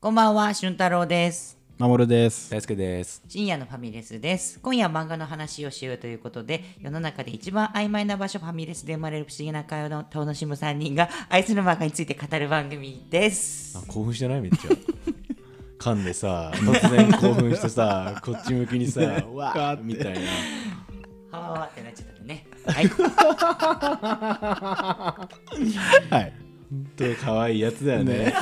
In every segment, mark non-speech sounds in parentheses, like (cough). こんばんは、俊太郎です。マモルです。大輔です。深夜のファミレスです。今夜は漫画の話をしようということで、世の中で一番曖昧な場所、ファミレスで生まれる不思議な会話を楽しむ3人が、愛する漫画について語る番組です。あ興奮してないめっ (laughs) ちゃ。噛んでさ、突然興奮してさ、こっち向きにさ、わーみたいな。はーってなっちゃったね。 (laughs) はい。はい。ほんと可愛いやつだよね。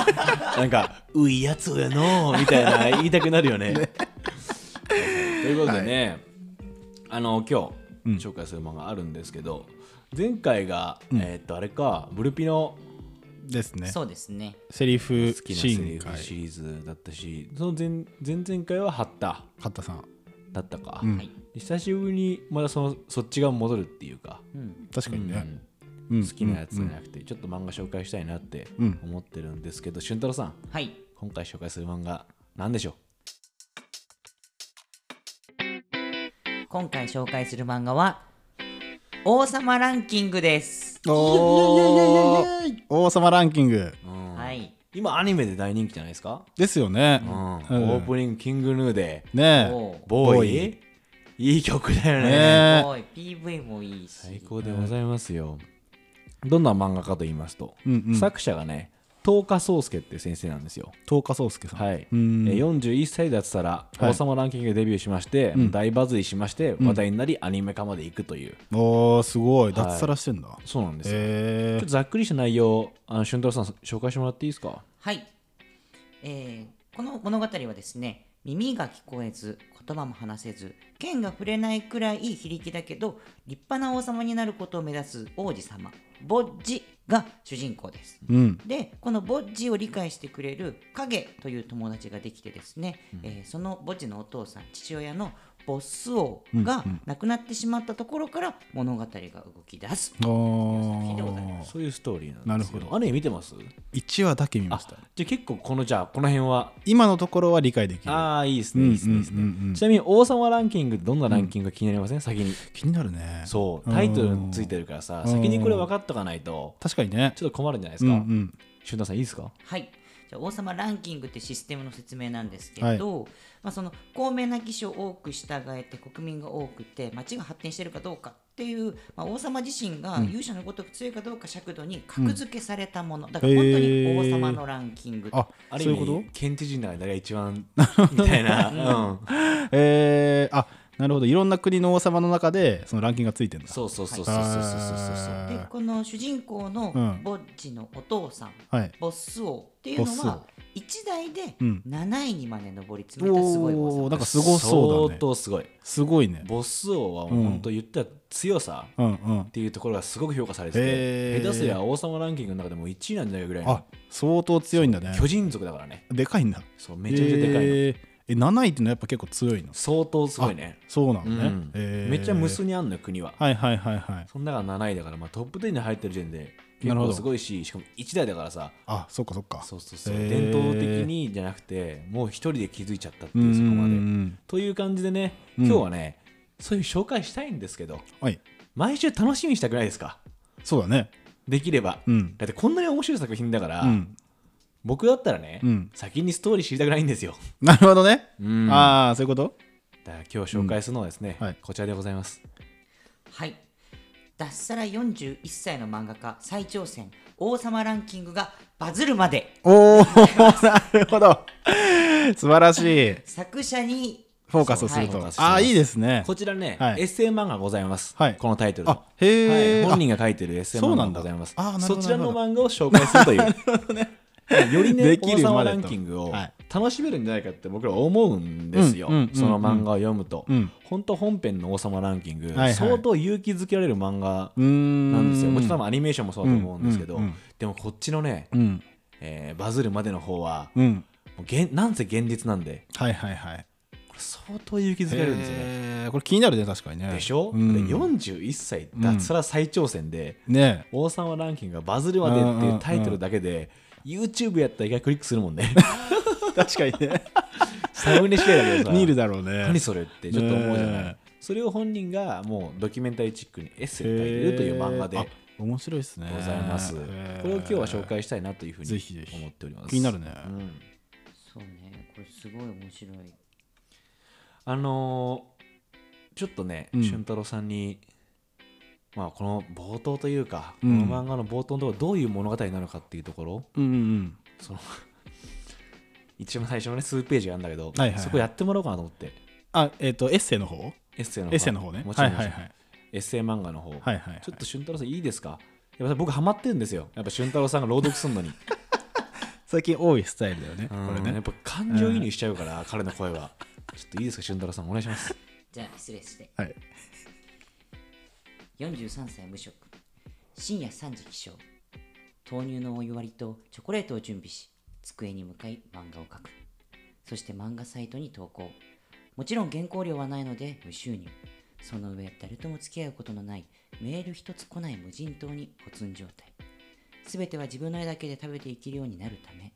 なんか、ういやつやのーみたいな言いたくなるよね。ということでね、あの、今日紹介する漫画あるんですけど、前回が、えーっと、あれか、ブルピのですね。そうですね。セリフ好きなセシリーンフシ会。リーズだったし、その前前々回はハッタハッタさん。だったか。うんはい。久しぶりにまだそのそっち側戻るっていうか、うん。確かにね。うん好きなやつじゃね。なくて、ちょっと漫画紹介したいなってうん思ってるんですけど、俊太郎さんはい。今回紹介する漫画なんでしょ今回紹介する漫画は、王様ランキングです。おー王様ランキングう、うんはい。今アニメで大人気じゃないですか、ですよね。うんうんオープニング「キングヌーでねえ。おーボーイボーいい曲だよねねすごい。PV もいいし。最高でございますよ、どんな漫画かと言いますと、うんうん作者がね東花宗介っていう先生なんですよ東華宗介さん。はい、えうんー41歳だったら「はい王様ランキング」でデビューしまして、大バズりしまして話題になりアニメ化まで行くという、おーすごい。脱サラしてんだ。そうなんですよ、えちょっとざっくりした内容あの俊太郎さん紹介してもらっていいですかはい、えーこの物語はですね耳が聞こえず言葉も話せず剣が触れないくらい非力だけど立派な王様になることを目指す王子様ボッジが主人公です。ー。うん。でこのボッジを理解してくれる影という友達ができてですね、えーそのボッジのお父さん父親のボス王が亡くなってしまったところから物語が動き出す。おでございまー。そういうストーリーなんですなるほどアニメ見てます1話だけ見まあした。じゃあ結構このじゃあこの辺は今のところは理解できる。ああいいですうねんいいですねいいですね、うんうんうんちなみに王様ランキングってどんなランキングが気になりません、先に気になるね。そううんタイトルついてるからさうん先にこれ分かっとかないと確かにね。ちょっと困るんじゃないですうんか、うん。俊太郎さんいいですかはい、じゃあ王様ランキングってシステムの説明なんですけど、まあ、その公明な義手を多く従えて国民が多くて町が発展してるかどうかっていう、まあ、王様自身が勇者のごとく強いかどうか尺度に格付けされたもの、だから本当に王様のランキング、あ、あそうるい意うこと味県知事の間が (laughs) 一番みたいな、うん、えー、あなるほどいろんな国の王様の中でそのランキングがついてるんだそうそうそうそうそうそうそうそうそうあでこの主人公のうんボッジのお父さん、はいボッス王っていうのボスは王1代でうん7位にまで上り詰めたすごい王おー様なんかすごそうだ相ね当すごいすごいねボス王はうん本当言ったら強さうんうっんていうところがすごく評価されてて、へー下手すりゃ王様ランキングの中でも1位なんじゃないかぐらいあの相当強いんだね巨人族だからねでかいんだそうめちゃめちゃでかいの、えーえ7位ってのはやっぱ結構強いの相当すごいね、そうなのうんね、えーめっちゃ無数にあんのよ国は、はいはいはいはいその中7位だから、まあ、トップ10に入ってる時点でなる結ほど構すごいししかも1台だからさあそっかそっかそうそうそう、へー伝統的にじゃなくてもう一人で気づいちゃったってんいううそこんうまで、んという感じでねうん今日はね、そういう紹介したいんですけどはい毎週楽しみにしたくないですかそうだね (laughs) できれば、うんだってこんなに面白い作品だから、うん僕だったらね、うん先にストーリー知りたくないんですよ、なるほどね、うんだかああそういう (laughs) ことら今日紹介するのはですね、うんはいこちらでございますはい。脱サラ41歳の漫画家再挑戦王様ランキングがバズるまでおおなるほど素晴らしい作者にフォーカスをすると、はいああーいいですねこちらね、はいエッセイ漫画がございます、はいこのタイトルあのへえ、はい本人が書いてるエッセイそ漫うな画んだがございますあなるほどそちらのなるほ漫画を紹介す (laughs) るというよりねでき王るま様でとランキングをはい楽しめるんじゃないかって僕ら思うんですよ、うんうんうんその漫画を読むと、うん本当本編の王様ランキング、いはい相当勇気づけられる漫画うーんなんですよもちろん多分アニメーションもそうだと思うんですけど、うんうんうんでもこっちのね、うんえーバズるまでの方は、うんもう現なんせ現実なんではいはいはいこれ相当勇気づけられるんですよね、えーこれ気になるね確かにねでしょ、うんで41歳脱サラ再挑戦で、 (laughs) ね王様ランキングがバズるまでっていうタイトルだけで、YouTube やったら一回クリックするもんねえ確かに (laughs) ね (laughs) サムネ次第だけど (laughs) さ見るだろうね何それってちょっと思うじゃない、ねそれを本人がもうドキュメンタリーチックにエッセイを書いてるという漫画であご面白いですねざいます、えーこれを今日は紹介したいなというふうにぜひぜひ思っております気になるねうんそうねこれすごい面白いあのーちょっとね、うん俊太郎さんに、まあ、この冒頭というか、うんこの漫画の冒頭のところどういう物語になるかっていうところうんうんその一番最初のね数ページがあるんだけど、はいはいはいそこやってもらおうかなと思ってあえっ、とエッセイの方エッセイのエッセイの方ねもちろんはいはいはいエッセイ漫画の方、はいはいはいちょっと俊太郎さんいいですかやっぱ僕ハマってるんですよやっぱ俊太郎さんが朗読する (laughs) のに最近多いスタイルだよねこれうんやねっぱ感情移入しちゃうから、彼の声はちょっといいですか俊太郎さんお願いしますじゃあ失礼してはい43歳無職深夜3時起床豆乳のお湯割りとチョコレートを準備し机に向かい漫画を描くそして漫画サイトに投稿もちろん原稿料はないので無収入その上誰とも付き合うことのないメール一つ来ない無人島にポツン状態全ては自分の絵だけで食べていけるようになるため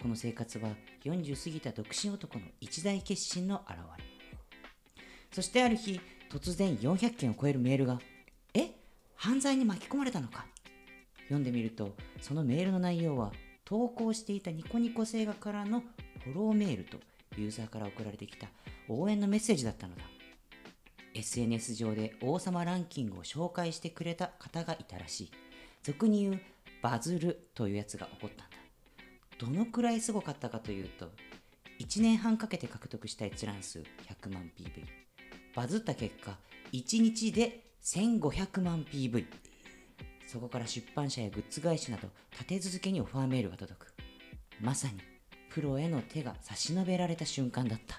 この生活は40過ぎた独身男の一大決心の表れそしてある日、突然400件を超えるメールが、え犯罪に巻き込まれたのか読んでみると、そのメールの内容は、投稿していたニコニコ星画からのフォローメールとユーザーから送られてきた応援のメッセージだったのだ。SNS 上で王様ランキングを紹介してくれた方がいたらしい。俗に言うバズるというやつが起こったんだ。どのくらいすごかったかというと、1年半かけて獲得した閲覧数100万 PV。バズった結果1日で1500万 PV そこから出版社やグッズ会社など立て続けにオファーメールが届くまさにプロへの手が差し伸べられた瞬間だった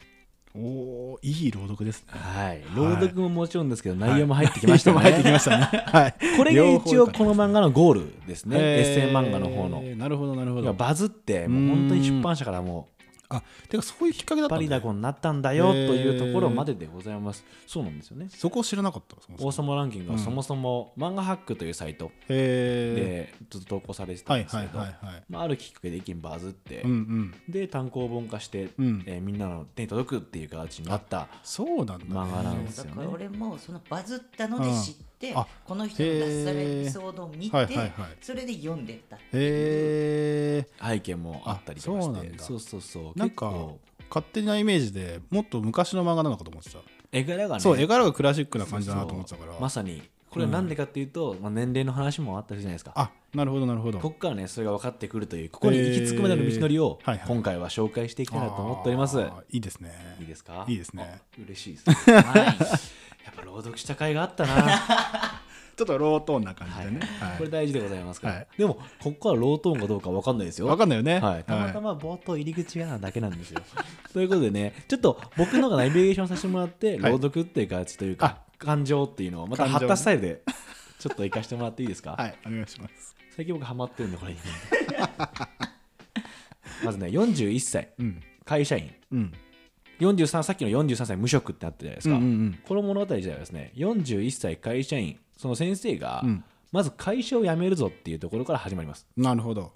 おーいい朗読ですねはい朗読ももちろんですけど、内容も入ってきましたね、入ってきましたねはいこれが一応両方この漫画のゴールですね、えーエッセイ漫画の方の、なるほどなるほいやどバズってもう本当に出版社からもうあてかそういうきっかけだったパんリだダねコになったんだよというところまででございます、そうなんですよねそこ知らなかったそもそも王様ランキングはそもそも漫画ハックというサイトへえでずっと投稿されてたはんいですはけいど、はいはいまあ、あるきっかけで一気にバズって、うんうんで単行本化して、うんえーみんなの手に届くっていう形になったそうなんだね漫画なんですだよからね。俺もそのバズったので知って、うんあこの人の脱サラエピソードを見て、へーはいはいはいそれで読んでったへえ背景もあったりとかあそしうてなんだそうそうそうなんか結構勝手なイメージでもっと昔の漫画なのかと思ってた、絵柄がねそう絵柄がクラシックな感じだなと思ってたからそうまさにこれはなんでかっていうと、まあ、年齢の話もあったりするじゃないですかあなるほどなるほどここからねそれが分かってくるというここに行き着くまでの道のりをえーはいはい今回は紹介していきたいなと思っております、あーいいですねいいですかいいですねあ嬉しいです、ね、やっぱ朗読した甲斐があったな、ちょっとロートーンな感じでね、はいこれ大事でございますから、はいでもここからロートーンかどうか分かんないですよわかんないよね、はい、たまたま冒頭入り口がなだけなんですよ。 (laughs) ということでね、ちょっと僕のがナビゲーションさせてもらって、はい朗読っていう形というか、感情っていうのをまた感情ね発達スタイルでちょっと活かしてもらっていいですか、はいはい、お願いします最近僕ハマってるんで、これに。 (laughs) まずね、41歳、うん会社員。うん43さっきの43歳無職ってあったじゃないですか、うんうんうんこの物語自体はですね41歳会社員その先生が、うんまず会社を辞めるぞっていうところから始まりますなるほど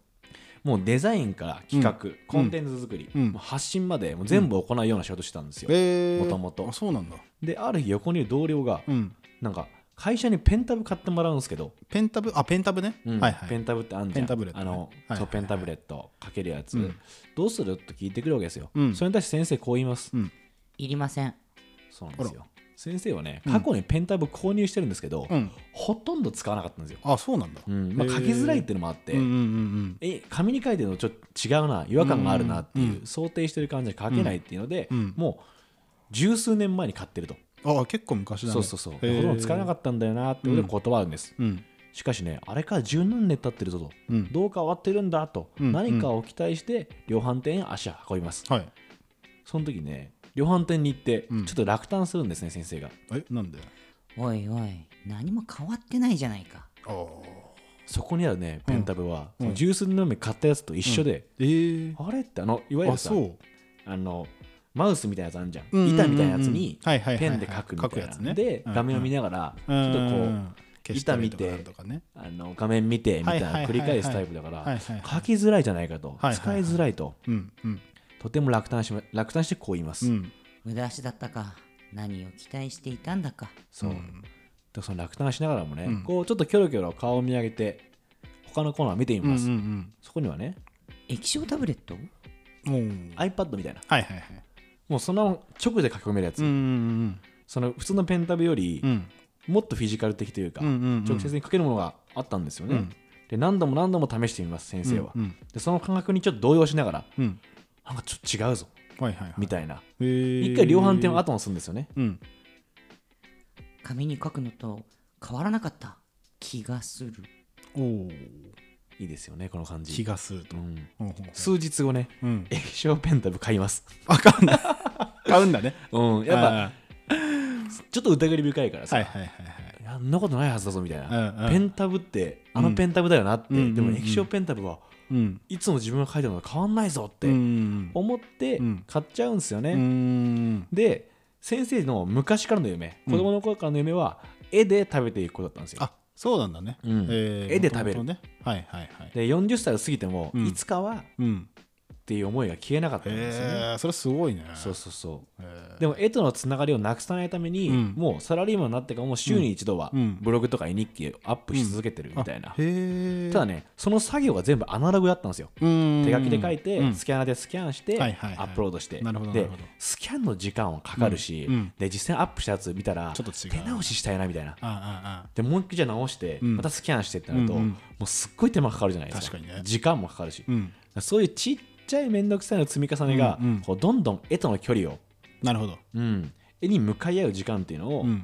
もうデザインから企画、コンテンツ作り、うんもう発信までもう全部行うような仕事してたんですよ、えー、もともとあそうなんだである日横にいる同僚が、うんなんか会社にペンタブ買ってもらうんですけど、ペンタブあペンタブね、うんはいはいペンタブってあんじゃんペンタブレットあねの、はいはいはいそうペンタブレットかけるやつ、うんどうするって聞いてくるわけですよ、うんそれに対して先生こう言います、うんいりませんそうなんですよ先生はねうん過去にペンタブ購入してるんですけど、うんほとんど使わなかったんですよ、あそうなんだ、うんまあ、へー書きづらいっていうのもあって、うんうんうんえ紙に書いてるのちょっと違うな違和感があるなっていう、うん想定してる感じで書けないっていうので、うんもう十数年前に買ってると、うんあ結構昔だねそうそうそう、へーほとんど使わなかったんだよなってことで断るんです、うんしかしねあれから十何年経ってるぞと、うんどうか終わってるんだと、うん何かを期待して量販店へ足を運びます、はいその時ね量販店に行ってうんちょっと落胆するんですね、先生がえなんでおいおい何も変わってないじゃないかああそこにあるねペンタブは、うんその十数年前買ったやつと一緒で、えー、あれってあのいわゆるあさそうあのマウスみたいなやつあるじゃん、うんうんうんうん板みたいなやつにはいはいはいペンで書くみたいな、書くやつねでうん画面を見ながら、ちょちょっとこう、消したりとかなんとかねあの画面見てみたはいいはいはいなはい繰り返すタイプだから、はいはいはい書きづらいじゃないかと、はいはい使いづらいとうんうんとても落胆しま落胆してこう言います、うん無駄足だったか何を期待していたんだかそう、でその落胆しながらもね、うんこうちょっとキョロキョロ顔を見上げて他のコーナー見てみうんうんうます、んそこにはね液晶タブレットうん iPad みたいなはいはいはいもうその直で書き込めるやつ、うんうんその普通のペンタブよりうんうんもっとフィジカル的というか、うんうんうん直接に書けるものがあったんですよね、うんで何度も何度も試してみます先生は、うんうんでその感覚にちょっと動揺しながらうんなんかちょっと違うぞはいはいはいみたいなえー一回量販店を後にするんですよねうん紙に書くのと変わらなかった気がするおおいいですよねこの感じ気がするとうんほうほう数日後ねうん液晶ペンタブ買います買うんだねうん (laughs) やっっぱちょっと疑り深いからさ、はいはいはいはいいやそんなことないはずだぞみたいうんうな。んペンタブってあのペンタブだよなって、うんでうもんうん液晶ペンタブはうんいつも自分が書いたのと変わんないぞっうんうてん思ってうん買っちゃうんですようね。んで先生の昔からの夢うん子供の頃からの夢は絵で食べていくことだったんですよ。あそうなんだねうんえー絵で食べる元々ねはいはいはいで40歳を過ぎても、うんいつかはっうんていう思いが消えなかったんですよね。へえそれすごいねそうそうそう。へでも絵とのつながりをなくさないために、うんもうサラリーマンになってからもう週に一度はうんブログとか絵日記をアップし続けてるみたいな。えただねその作業が全部アナログだったんですよ。手手書きで書いて、うんスキャナーでスキャンして、はいはいはいアップロードしてなるほどなでるほどスキャンの時間はかかるし、うんうんで実際アップしたやつ見たらちょっと違う手直ししたいなみたいなあああでもう一回じゃあ直して、うんまたスキャンしてってなると、うんうんもうすっごい手間かかるじゃないですか確かにね時間もかかるし、あうんそういうちっちゃい面倒くさいの積み重ねが、うんうんこうどんどん絵との距離を、なるほどうん絵に向かい合う時間っていうのを、うん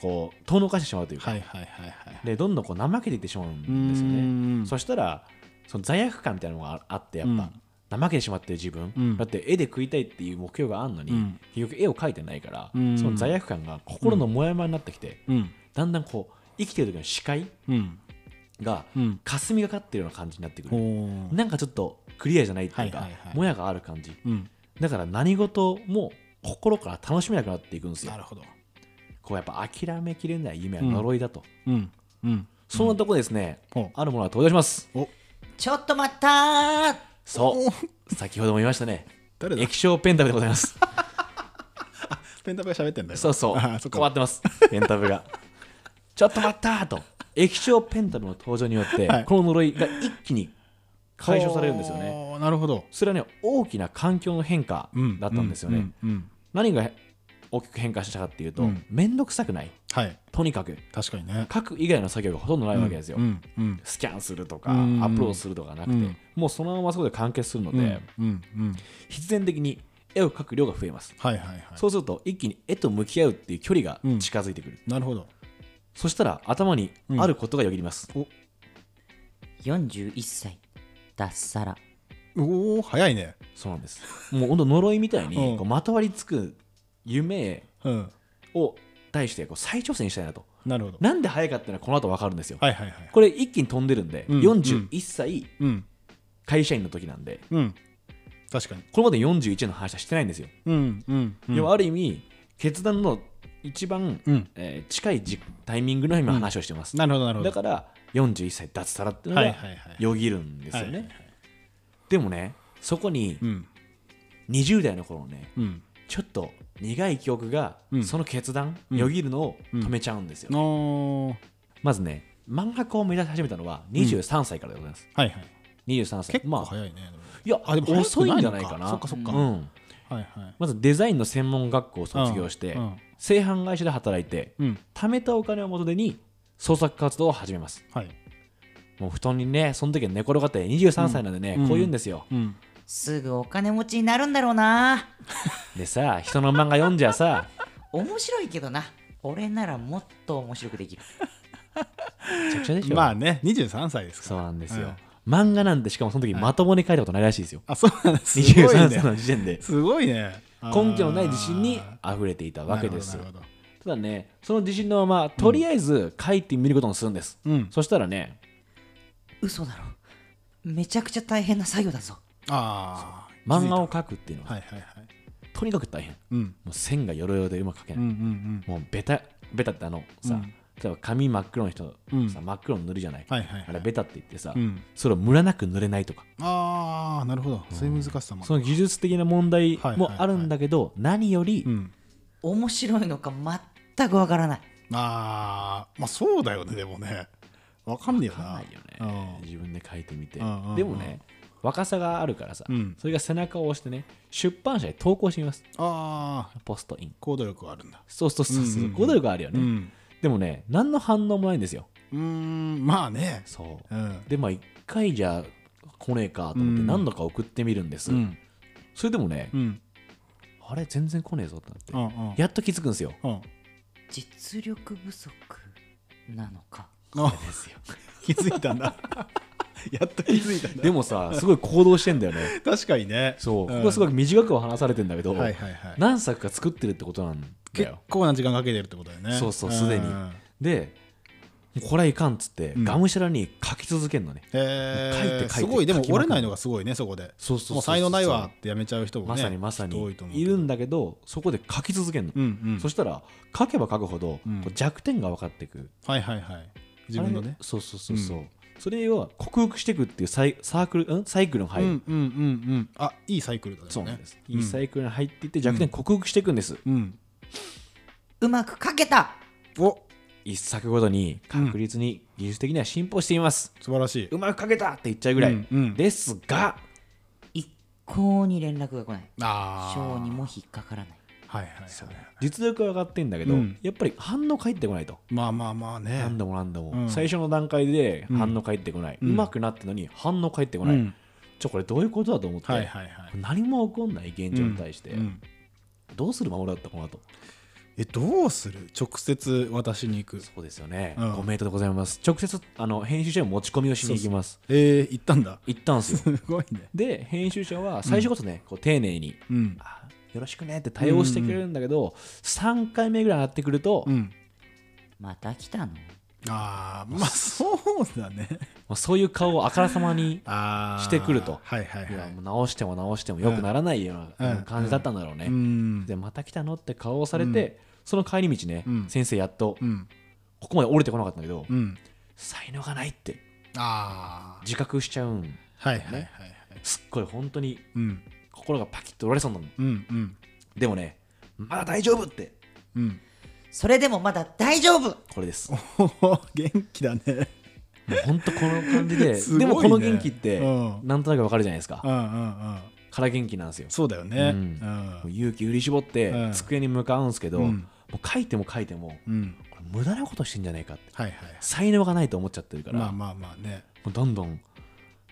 こう遠のかしてしまうというか、はいはいはいはいでどんどんこう怠けていってしまうんですようーねんそしたらその罪悪感みたいなのがああってやっぱ、怠けてしまってる自分、うんだって絵で食いたいっていう目標があるのに、うん結局絵を描いてないから、うんその罪悪感が心のモヤモヤになってきて、うんだんだんこう生きてる時の視界うんがうん霞がかってるような感じになってくる、おなんかちょっとクリアじゃないっていうか、はいはいはいもやがある感じうんだから何事も心から楽しめなくなっていくんですよなるほどこうやっぱ諦めきれない夢は呪いだと、うんうんそんなとこですね、ほうあるものは登場しますちょっと待ったーそう先ほども言いましたね誰だ液晶ペンタブでございますペンタブが喋ってんだよそうそうあそっ変わっかてますペンタブがちょっと待ったーと液晶ペンタブの登場によって、はいこの呪いが一気に解消されるんですよねおーなるほどそれはね大きな環境の変化うんだったんですよね、うんうんうん何が大きく変化したかっていうとうん面倒、くさくないはいとにかく確かにね書く以外の作業がほとんどないわけですよ、うんうんスキャンするとか、うんアップロードするとかなくうて、んもうそのままそこで完結するので、うんうんうん必然的に絵を描く量が増えますはいはいはいそうすると一気に絵と向き合うっていう距離がうん近づいてくる、なるほどそしたら頭にうんあることがよぎります、 41歳脱サラおお早いねそうなんですもうほんと呪いみたいにうんこうまとわりつく夢うんを対してこう再挑戦したいなとなるほどなんで早いかっていうのはこの後わかるんですよ、はいはいはいこれ一気に飛んでるんで、うん41歳うん会社員の時なんでうん確かにこれまで41の話はしてないんですよ、うんうんうん要はある意味決断の一番、うんえー近いじタイミングの今話をしてます、なるほどなるほどだから41歳脱サラっていうのはいがはいはいよぎるんですよね、はいはいはいでもねそこにうん20代の頃のねうんちょっと苦い記憶が、うんその決断、うんよぎるのを止めちゃうんですよ、おーまずね漫画家を目指し始めたのは23歳からでございます、はいはい23歳結ま構あ早いねでもいやあでも早く遅いんじゃないかなそっかそっかうん、はいはいまずデザインの専門学校を卒業して、うん製版会社で働いてうん貯めたお金を元手に創作活動を始めますはいもう布団にねその時は寝転がって23歳なんでね、うんこう言うんですよ、うんすぐお金持ちになるんだろうなでさ人の漫画読んじゃさ面白いけどな俺ならもっと面白くできるめちゃくちゃでしょ、まあね23歳ですかそうらなんですよ、はい漫画なんてしかもその時まともに書いたことないらしいですよ、あそうなんですすごい23歳ねの時点ですごいね根拠のない自信にあ溢れていたーわけですなるほどなるただねその自信のままとりあえず書いてみることにするんです、ほどうんそしたらね嘘だろめちゃくちゃ大変な作業だぞああ漫画を書くっていうのははいはいはいとにかく大変うんもう線がよろよろでうまく描けうんなうい、んもうベタベタってあのさ、うん例えば髪真っ黒の人さ、うん真っ黒の塗るじゃない、はいはいはいあれベタって言ってさ、うんそれをムラなく塗れないとかああなるほどそういう難しさもあそるの技術的な問題はいはいもあるんだけど、何より、うん面白いのか全くわからないあーまあそうだよねでもねわかんねえよなわかんないよね自分で書いてみてうんうんうんでもね若さがあるからさ、うんそれが背中を押してね出版社に投稿してみますああポストイン行動力はあるんだそうそうそうそううんうんうん行動力あるようね、んでもね何の反応もないんですようーんまあねそううんでまあ一回じゃ来ねえかと思ってうん何度か送ってみるんです、うんそれでもね、うんあれ全然来ねえぞってなって、うんうんやっと気づくんですようん実力不足なのかあですよ気づいたんだ (laughs) やっと気づいたんだでもさすごい行動してんだ (laughs) よね確かにねそうう、んここはすごい短くは話されてんだけど、はいはいはい何作か作ってるってことなんだ結よ構な時間かけてるってことだよねそうそうすでにんでもうこれはいかんっつって、んがむしゃらに書き続けるのねへー書いて書いてすごいでも書きまくる折れないのがすごいねそこでそうそうそうそうもう才能ないわってやめちゃう人もねまさにまさきっと多いにと思ういるんだだけどそこで書き続けるの、うんうんそしたら書けば書くほど、うんこう弱点が分かっていくはいはいはい自分のあれねそうそうそうそう、それを克服していくっていうサイサークルんサイクルに入うる、んうんうんうんあいいサイクルだよねそうなんです、うんいいサイクルに入っていって弱点克服していくんです、うんうまく書けたお一作ごとに確率に技術的には進歩しています、素晴らしいうまく書けたって言っちゃうぐらい、うんうんですが一向に連絡が来ないああ賞にも引っかからないはいはいはい実力は上がってんだけど、うんやっぱり反応返ってこないとまあまあまあね何度も何度も、うん最初の段階で反応返ってこない、ううんまくなってのに反応返ってこない、うんじゃあこれどういうことだと思って、はいはいはい何も起こんない現状に対して、うんどうする守るだったこの後えどうする直接渡しに行くそうですよね、うんご名答でございます直接あの編集者に持ち込みをしに行きますえー行ったんだ (laughs) 行ったんですよすごいねで編集者は最初こそね、こう丁寧にうんあよろしくねって対応してくれるんだけど、3回目ぐらいになってくると、うまんまた来たのああまあそうだねあ、そういう顔をあからさまにあー (laughs) してくるとはい (laughs) はいいはやいもう直しても直してもよくならないよううなん感じだったんだろうね、うんでまた来たのって顔をされて、その帰り道ね、うん先生やっとうんここまで降りてこなかったんだけど、うん才能がないってああ自覚しちゃうんはいはいはいはいすっごい本当にうん心がパキッと折られそうなのうんうんでもねまだ大丈夫ってうんそれでもまだ大丈夫これ (laughs) ですおお元気だねもうほんとこの感じで、 (laughs) すごいでねもこの元気って、うんなんとなくわかるじゃないですか、うんうんうんから元気なんですよそうだよねううんんもう勇気振り絞って、うん机に向かうんですけど、うんもう書いても書いてもうんこれ無駄なことしてんじゃないかってはいはい才能がないと思っちゃってるから、まあまあまあねもうどんどん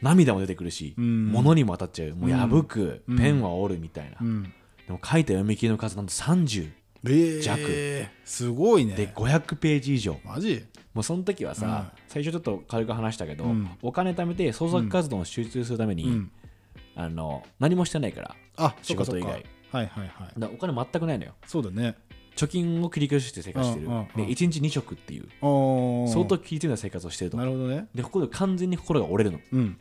涙も出てくるし、うん物にも当たっちゃうもう破く、うんペンは折るみたいな、うんでも書いた読み切りの数なんと30えー弱すごいでね500ページ以上マジもうその時はさ、う最初ちょっと軽く話したけど、うんお金貯めて創作活動を集中するために、うんあの何もしてないからあ仕事以外そっかそっかはいはいはいだからお金全くないのよそうだね貯金を繰り返して生活してる、うんうんうんで1日2食っていうおお相当効いてるような生活をしてるとなるほどねでここで完全に心が折れるのうん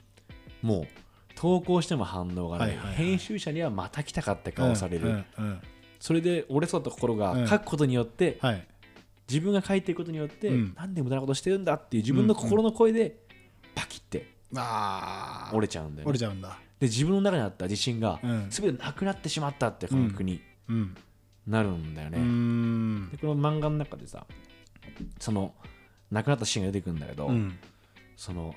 もう投稿しても反応がない,、はいはいはい編集者にはまた来たかって顔をされる、うんうんうんそれで折れそうだった心うがん書くことによって、はい自分が書いていくことによって、うんなんで無駄なことしてるんだっていう自分の心の声でパキってああ折れちゃうんだよね、折れちゃうんだで自分の中にあった自信がうん全てなくなってしまったって感覚にうんなるんだよね、うーんでこの漫画の中でさその亡くなったシーンが出てくるんだけど、うんその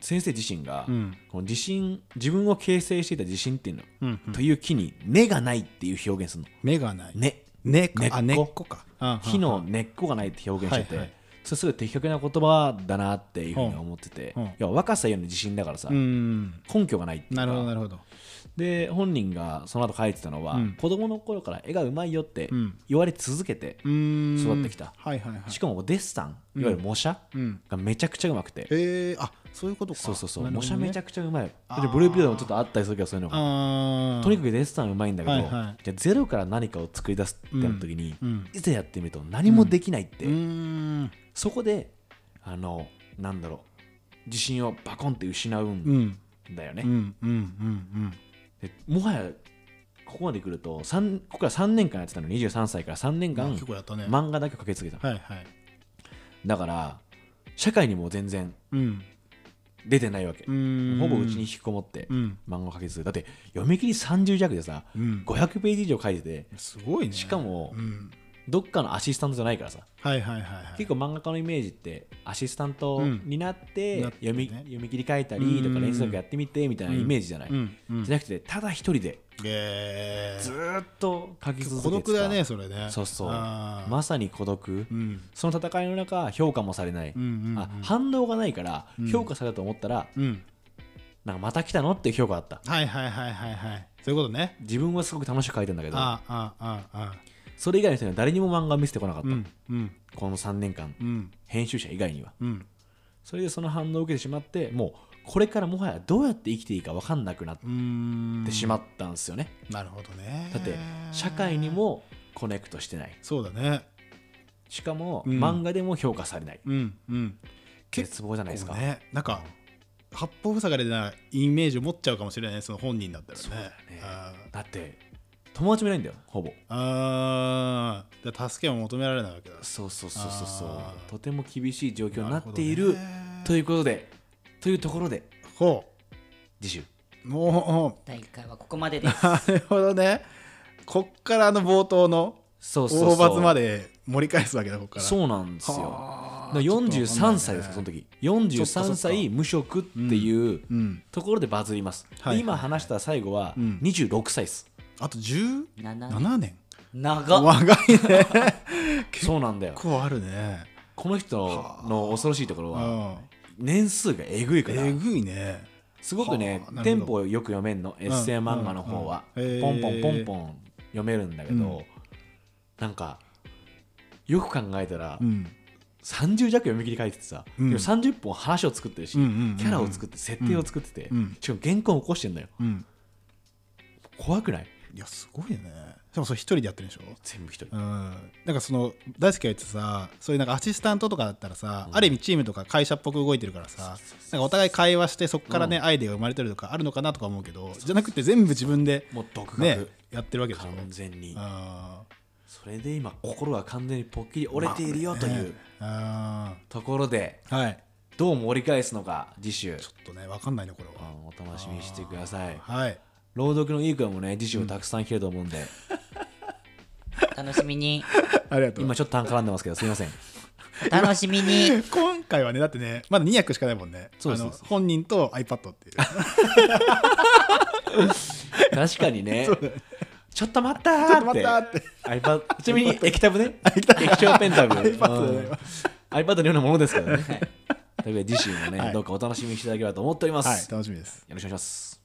先生自身が、うんこの自信自分を形成していた自信っていうの、うんという木に根がないっていう表現するの目がない根、根か根っあ根こっこかあ木の根っこがないって表現してて、はいはいそれすごい的確な言葉だなっていうふうに思ってて、うんうんいや若さより自信だからさ、うん根拠がないっていうかなるほどなるほどで本人がその後書いてたのは、うん子供の頃から絵がうまいよってうん言われ続けて、うーん育ってきたはいはいはいしかもデッサンいわゆる模写うんがめちゃくちゃうまくて、えー、あそういうことかそうそうそう、もしゃめちゃくくちゃうまい。であー、ブルーピリオドもちょっとあったりするけど、そういうのが。あーとにかくデッサンうまいんだけど、はいはいじゃあゼロから何かを作り出すってなった時に、うんいざやってみると何もできないって、うーんそこで、あの、なんだろう、自信をバコンって失ううんんだようんうね。んうんでもはや、ここまで来ると、三ここから3年間やってたの、23歳から3年うん間、結構やったね漫画だけをかけ続けたの。はいはいだから、社会にも全然うん出てないわけ。うーんほぼうちに引きこもって、うん漫画をかけ続けた。だって、読み切り30弱でさ、うん500ページ以上書いててすごいねしかもうんどっかのアシスタントじゃないからさはいはいはいはい結構漫画家のイメージってアシスタントになってうん読み,、なってね読み切り書いたりとうかん連作やってみてみたいなイメージじゃない、うんうんじゃなくてただ一人でえずーっと書き続けてた孤独だねそれねそうそうあーまさに孤独、うんその戦いの中評価もされない、うんうんうんあ反動がないから評価されたと思ったら、うんなんかまた来たのっていう評価だったはいはいはいはいはいそういうことね自分はすごく楽しく書いてんだけどああああああそれ以外の人には誰にも漫画見せてこなかった、うんうんこの3年間うん編集者以外にはうんそれでその反応を受けてしまってもうこれからもはやどうやって生きていいか分かんなくなっうーんてしまったんですよね、なるほどねだって社会にもコネクトしてないそうだねしかもうん漫画でも評価されない、うんうん絶望じゃないですか、こうねなんか八方塞がりなイメージを持っちゃうかもしれないねその本人だったらねそうだねあーだって友達もいないんだよほぼあーで助けを求められないわけだそうそうそうそうそうあーとても厳しい状況になっていなるるほどねということでというところでほ次週うもう大会はここまでですなるほどねこっからあの冒頭のそうそうそう大罰まで盛り返すわけだこっからそうなんですよはだあから43歳ですちかそょっとのわかんないね時そっか43そっ歳無職っていううんところでバズりますではい今話した最後はうん26歳ですあと17 7年長っ (laughs) 長いねそうなんだよ結構あるねこの人の恐ろしいところうはん年数がえぐいからえぐいねすごくはねあなるほどテンポよく読めんのエッセイ漫画の方はうんうんうんへーポンポンポンポン読めるんだけうどなんかよく考えたらうん30弱読み切り書いててさ、うんでも30本話を作ってるし、うんうんうんうんキャラを作って設定を作ってて、うんしかも原稿を起こしてんのようん怖くないいやすごいよねしかもそれ一人でやってるんでしょ全部一人、うん、なんかその大好きが言ってさそういうなんかアシスタントとかだったらさ、ある意味チームとか会社っぽく動いてるからさなんかお互い会話してそこからね、アイデアが生まれてるとかあるのかなとか思うけどじゃなくて全部自分でもう独学、ねやってるわけでしょ完全にあそれで今心が完全にポッキリ折れているよというーあところでーはいどう盛り返すのか次週、ちょっとねわかんないねこれうはんお楽しみにしてください (laughs) はい朗読のいい声もね次週たくさん聞けると思うんで、楽しみにありがとう今ちょっと痰絡んでますけどすい (laughs) ませんお楽しみに今回はねだってねまだ2役しかないもんねそうそうそあうの本人と iPad っていう確かにねちょっと待ったちょっとーっ待てったーって iPad (laughs) ちなみに液タブね液晶ペン (laughs) タブ iPad でね iPad のようなものですからねというわけで次週もね、はいどうかお楽しみにしていただければと思っております、はい楽しみですよろしくお願いします